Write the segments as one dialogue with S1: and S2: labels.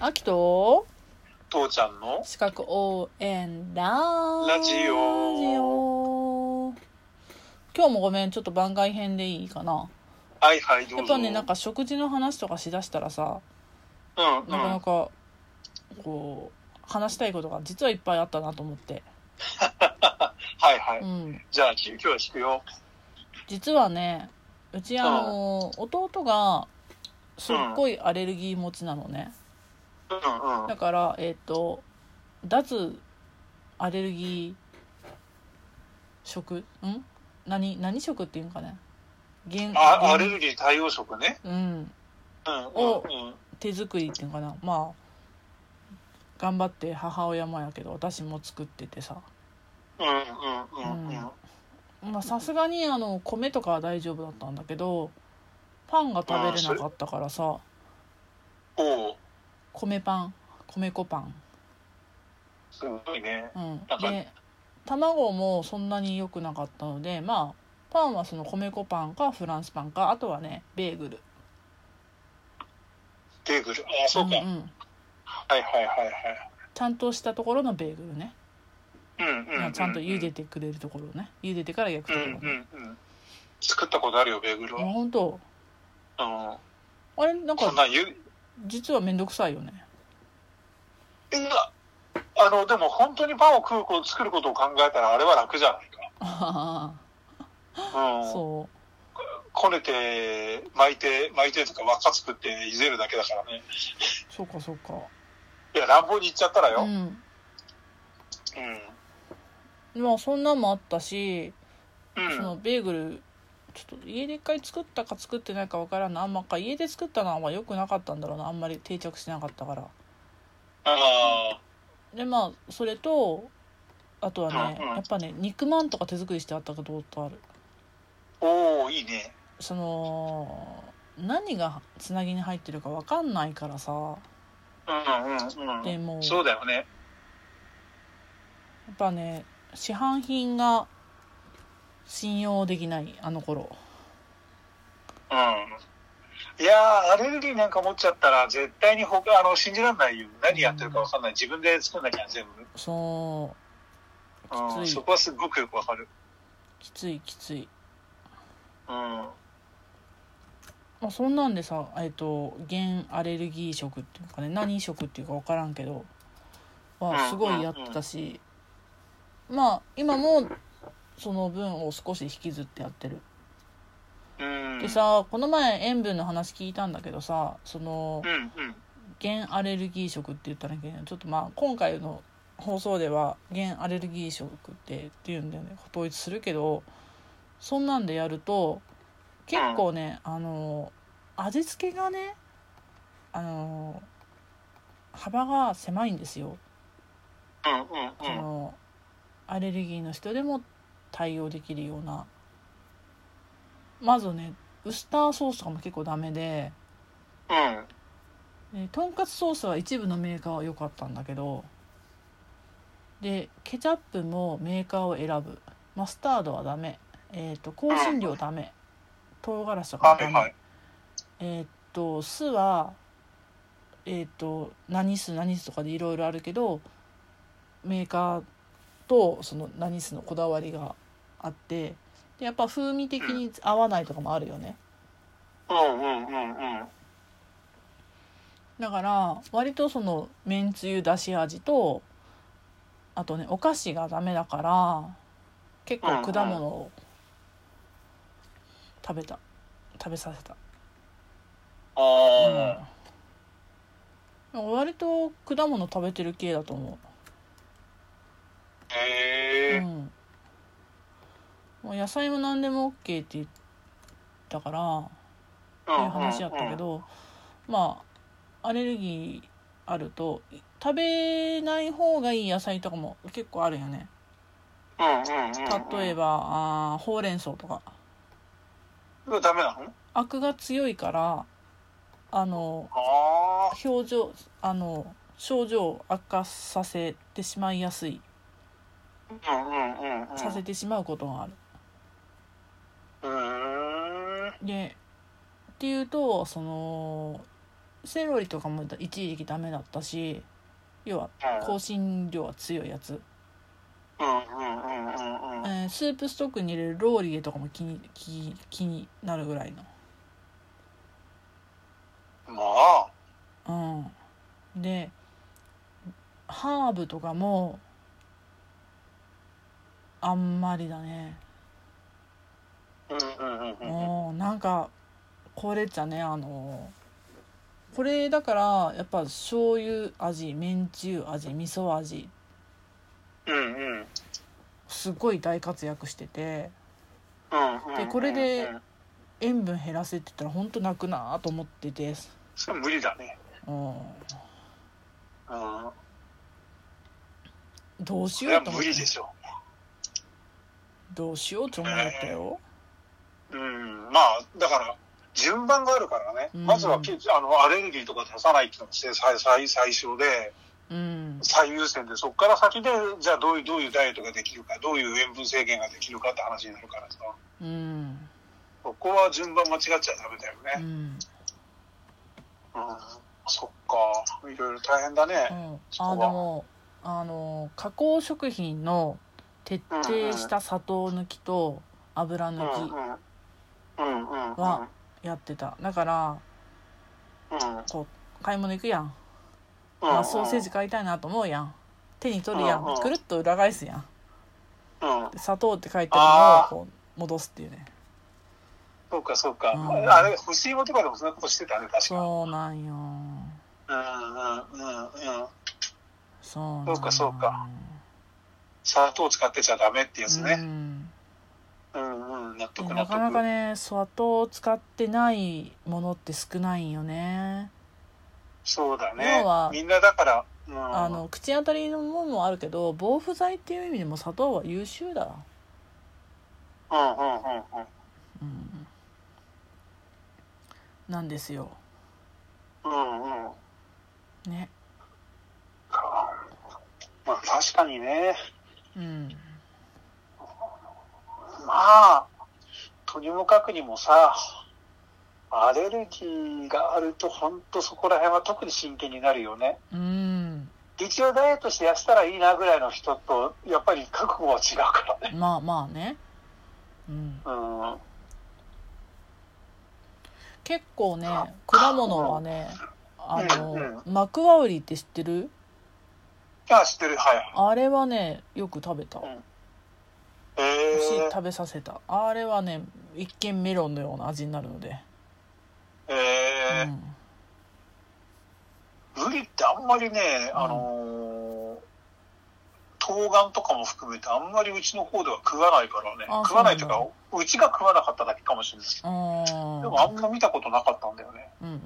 S1: アキト
S2: 父ちゃんの
S1: 資格応援ラ
S2: ラジオ
S1: ジオ今日もごめんちょっと番外編でいいかな
S2: はいはいど
S1: や
S2: う
S1: っ
S2: ぞ
S1: ぱねなんか食事の話とかしだしたらさ
S2: うん
S1: なか
S2: う
S1: なんかこう話したいことが実はいっぱいあったなと思って
S2: はいはい、
S1: うん
S2: じゃあ今日は聞くよ
S1: 実はねうちあの弟がすっごいアレルギー持ちなのね
S2: うんうん
S1: だからえっ、と脱アレルギー食ん何何食っていうんかね原
S2: あ
S1: 原
S2: アレルギー対応食ね
S1: うん
S2: うんうん
S1: お
S2: うん
S1: 手作りっていうんかなまあ頑張って母親もやけど私も作っててさ
S2: うんうんうんうん
S1: うんまあさすがにあの米とかは大丈夫だったんだけどパンが食べれなかったからさ
S2: おう
S1: 米パン米粉パン
S2: すごいね
S1: うん
S2: だ、から
S1: で卵もそんなに良くなかったのでまあパンはその米粉パンかフランスパンかあとはねベーグル
S2: ベーグルあそうか、
S1: んん
S2: はいはいはい
S1: ちゃんとしたところのベーグルね、
S2: はいうんうん、うん、
S1: ちゃんと茹でてくれるところね茹でてから焼く
S2: う
S1: と
S2: ん
S1: こ
S2: う
S1: ろ、ね
S2: んうん作ったことあるよベーグル
S1: あ
S2: は、
S1: 本当
S2: うん
S1: あれなん
S2: こん
S1: か
S2: なん言う
S1: 実は面倒くさいよね
S2: いやあのでも本当にパンを食うこと作ることを考えたらあれは楽じゃない
S1: あ
S2: か、
S1: あ
S2: う ん、
S1: そ
S2: こねて巻いて巻いてとか輪っか作って茹でるだけだからね
S1: うそうかそうか
S2: いや乱暴に言っちゃったらよ、うん
S1: うんまあそんなんもあったし、
S2: うん
S1: そのベーグルちょっと家で一回作ったか作ってないかわからんなあんまか家で作ったのはあんま良くなかったんだろうなあんまり定着しなかったから
S2: あ
S1: でまあそれとあとはね、
S2: うんうん
S1: やっぱね肉まんとか手作りしてあったことある
S2: ーおおいいね
S1: その何がつなぎに入ってるかわかんないからさ
S2: うんうんうん
S1: でも
S2: そうだよね
S1: やっぱね市販品が信用できないあの頃
S2: うんいやーアレルギーなんか持っちゃったら絶対にほあの信じられないよ何やってるか分かんない自分で作んなきゃ全部、
S1: そう
S2: うん、
S1: きつい
S2: そこはすっごくよく分かる
S1: きついきつい、
S2: うん
S1: まあ、そんなんでさえっ、と原アレルギー食っていうかね何食っていうか分からんけど
S2: うんうんう
S1: は
S2: ん
S1: すごいやったし、まあ今もその分を少し引きずってやってる
S2: うん
S1: でさこの前塩分の話聞いたんだけどさその
S2: うんうん
S1: 原アレルギー食って言ったらいいけどちょっとまあ今回の放送では原アレルギー食ってっていうんだよね統一するけどそんなんでやると結構ね、あの味付けがねあの幅が狭いんですよ、
S2: うんうん
S1: そうのアレルギーの人でも対応できるようなまずねウスターソースとかも結構ダメで。
S2: んうん
S1: えーとんかつソースは一部のメーカーは良かったんだけどでケチャップもメーカーを選ぶマスタードはダメ、えー、と香辛料ダメ唐辛子とかも
S2: は
S1: ダ
S2: い
S1: メ、
S2: はい
S1: えーっと酢はえーっと何酢何酢とかでいろいろあるけどメーカーとその何酢のこだわりがあってでやっぱ風味的に合わないとかもあるよね
S2: うんうんうんうん
S1: だから割とそのめんつゆだし味とあとねお菓子がダメだから結構果物を食べた食べさせた、
S2: あ
S1: うん、割と果物食べてる系だと思
S2: あ
S1: う、
S2: へ
S1: う
S2: え
S1: ん、もう野菜も何でも OK って言ったからっていう話やったけど、まあアレルギーあると食べない方がいい野菜とかも結構あるよね
S2: うんうんうんうん
S1: 例えばあーほうれん草とか
S2: ばダメなの
S1: アクが強いからあの
S2: あ
S1: 表情あの症状を悪化させてしまいやすい
S2: あうんうんうんうん
S1: させてしまうことがある。
S2: うーん
S1: でっていうとそのセロリとかも一時期ダメだったし要は香辛料は強いやつ、
S2: うんうんうんうんうん
S1: えースープストックに入れるローリエとかも気に気気になるぐらい
S2: まあ
S1: のうんでハーブとかもあんまりだね
S2: うんうんうんうんうん
S1: もうなんかこれじゃねあのこれだからやっぱ醤油味めんつゆ味味噌味
S2: うんうん
S1: すごい大活躍してて
S2: うんうん
S1: でこれで塩分減らせって言ったらほんと泣くなと思ってて、
S2: それ無理だね
S1: うん、
S2: うん
S1: どう
S2: そ
S1: し
S2: れ
S1: よ
S2: は
S1: うと思っ
S2: 無
S1: て
S2: 理でしょ
S1: どうしようと思ったよ、
S2: うんまあだから順番があるからね、
S1: うん
S2: まずはきあのアレルギーとか出さないっていうのが最最最初で
S1: うん
S2: 最優先でそこから先でじゃあどういうどういうダイエットができるかどういう塩分制限ができるかって話になるからさ
S1: うん
S2: そこは順番間違っちゃダメだよ
S1: うん
S2: ねうん、そっかいろいろ大変だ
S1: う
S2: ね
S1: ん、
S2: そこ
S1: あ
S2: は
S1: でもあの加工食品の徹底した砂糖抜きと油
S2: うんうん
S1: 抜
S2: うんうんうん
S1: はきやってただから
S2: うん
S1: 買い物行くやん、ま
S2: う
S1: あ、
S2: ん
S1: ソーセージ買いたいなと思うやん手に取るやん
S2: うんうん
S1: くるっと裏返すやん
S2: うん
S1: で砂糖って書いてるのをこう戻すっていうね
S2: そうかそうか、
S1: うん
S2: あれ干し芋とかでもそんなことしてたね確か
S1: そうなんよ
S2: うんうんうんうん
S1: そうなん
S2: そうかそうか砂糖使ってちゃダメってやつ
S1: う
S2: ね。
S1: ん
S2: うんうん、納得
S1: で
S2: 納
S1: な
S2: 得。
S1: かなかね砂糖を使ってないものって少ないんよね、
S2: そうだね
S1: 要は。
S2: みんなだから、うん、
S1: あの口当たりのものもあるけど防腐剤っていう意味でも砂糖は優秀だ、
S2: うんうんうん
S1: うん、なんですよ
S2: うん。うんうん。
S1: ね
S2: まあ確かにね。
S1: うん
S2: まあ、とにもかくにもさ、アレルギーがあると本当そこら辺は特に真剣になるよね。
S1: うん
S2: 一応ダイエットして痩せたらいいなぐらいの人と、やっぱり覚悟は違うからね。
S1: まあまあね、うん、
S2: うん。うん
S1: 結構ね果物はねあのマクワウリって知ってる
S2: あ、知ってる。はい。
S1: あれはねよく食べた
S2: え
S1: し
S2: ー、
S1: 食べさせたあれはね一見メロンのような味になるので、
S2: え
S1: う
S2: ー。
S1: ん、
S2: ブリってあんまりね、
S1: うん
S2: あのー冬瓜とかも含めてあんまりうちの方では食わないからね
S1: あ
S2: 食わないという
S1: そう
S2: かうちが食わなかっただけかもしれない
S1: あー
S2: でもあんま見たことなかったんだよね
S1: うんうん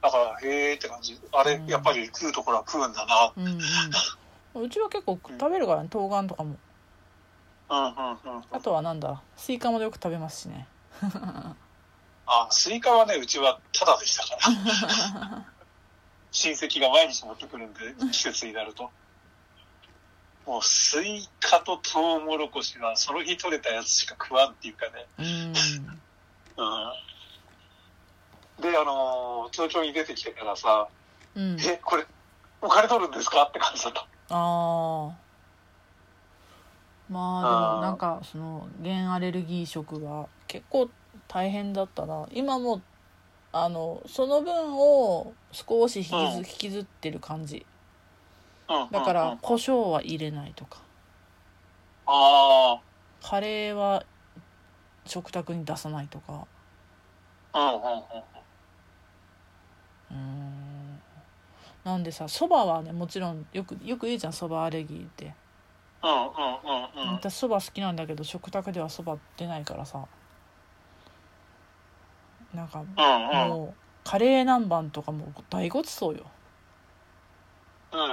S2: だからへえって感じあれ、
S1: うん
S2: やっぱり食うところは食うんだな
S1: うんうんうんうんうちは結構食べるからね冬瓜とかも
S2: うんうんうん
S1: あとはなんだスイカもよく食べますしね
S2: あスイカはねうちはタダでしたから 親戚が毎日持ってくるんで季節になるともうスイカとトウモロコシはその日取れたやつしか食わんっていうかね
S1: うん
S2: うんで、あのー、町長に出てきてからさ、
S1: うん
S2: え、これ、お金取るんですかって感じだった。
S1: ああまあでもなんかその原アレルギー食が結構大変だったな今もあのその分を少し引きず,、
S2: うん
S1: 引きずってる感じ
S2: うん
S1: だか
S2: うんう
S1: ら
S2: ん
S1: 胡椒は入れないとか
S2: あ
S1: カレーは食卓に出さないとか
S2: あ、うんうんうん。
S1: うーんなんでさそばはねもちろんよくよく言うじゃんそばアレルギーって
S2: うんうんうんうん。
S1: 私そば好きなんだけど食卓ではそば出ないからさなんか
S2: うんうん。
S1: もうカレー南蛮とかも大ごちそうよ
S2: うん。だ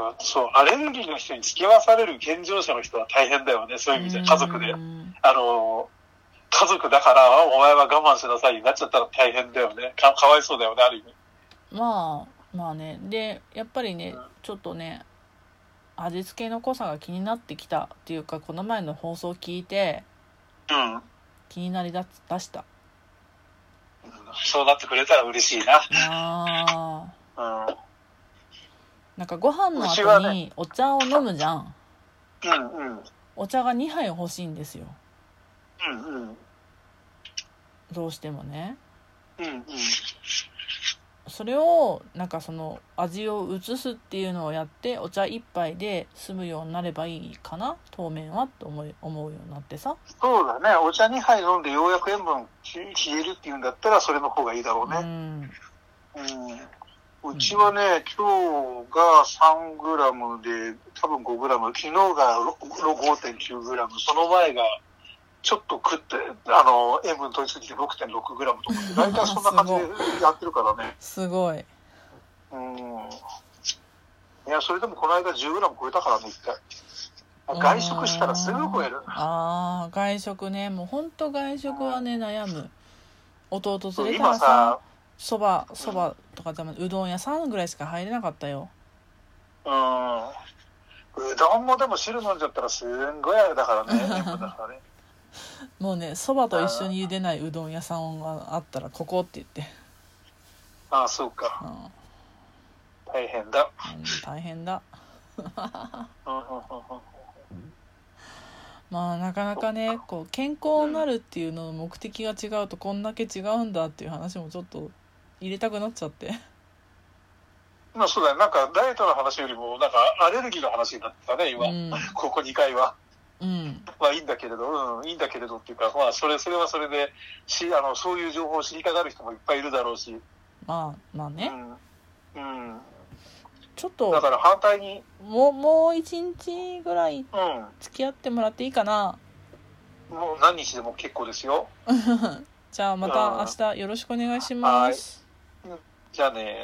S2: からそう、アレルギーの人に付き合わされる健常者の人は大変だよね、そういう意味で。家族で
S1: う。ん
S2: あのー、家族だから、お前は我慢しなさいになっちゃったら大変だよね。かかわいそうだよね、ある意味。
S1: まあまあねでやっぱりね
S2: うん
S1: ちょっとね味付けの濃さが気になってきたっていうかこの前の放送聞いて
S2: うん。
S1: 気になりだ出した
S2: うんそうなってくれたら嬉しいな。
S1: ああ
S2: うん。
S1: なんかご飯の
S2: うちは
S1: 後に
S2: ね
S1: お茶を飲むじゃん
S2: うんうん。
S1: お茶が2杯欲しいんですよ
S2: うんうん。
S1: どうしてもね
S2: うんうん。
S1: それをなんかその味を移すっていうのをやってお茶1杯で済むようになればいいかな当面はと思い思うようになってさ
S2: そうだね。お茶2杯飲んでようやく塩分消えるっていうんだったら、それの方がいいだろう
S1: う
S2: ね。
S1: ん
S2: うん。うちはね、今日が3グラムで、多分5グラム、昨日が5.9グラム、その前が、ちょっと食って、あの、塩分取りすぎて6.6グラムとかって、 大体そんな感じでやってるからね。
S1: すごい
S2: うん。いや、それでもこの間10グラム超えたからね、一回。外食したらすぐ超える。
S1: ああ外食ねもうほんと外食はね悩む弟
S2: そう
S1: 連れた
S2: 今
S1: らさ
S2: さ、
S1: そばそばとかたまうどん屋さんぐらいしか入れなかったよ
S2: うん。うどんもでも汁飲んじゃったらすんごいあれだ からね、塩分だからね。
S1: もうねそばと一緒に茹でないうどん屋さんがあったらここって言って、
S2: ああ、そうか。
S1: うん
S2: 大変だ。
S1: うん、大変だ
S2: うんうんうん
S1: まあなかなかねこう健康になるっていうのの目的が違うとこんだけ違うんだっていう話もちょっと入れたくなっちゃって
S2: まあそうだよ、なんかダイエットの話よりも、なんかアレルギーの話になってたね、今。
S1: うん
S2: ここ2回は。
S1: うん
S2: まあいいんだけれど、うん、いいんだけれどっていうか、まあそれ、それはそれで、し、あの、そういう情報を知りたがる人もいっぱいいるだろうし。
S1: まあまあ
S2: う
S1: ね
S2: ん。うん。
S1: ちょっ
S2: だ
S1: と
S2: から反対に、
S1: もうもう一日ぐらい
S2: うん。
S1: 付き合ってもらっていいかな
S2: もう何日でも結構ですよ。
S1: じゃあまた明日よろしくお願いします
S2: じゃあね。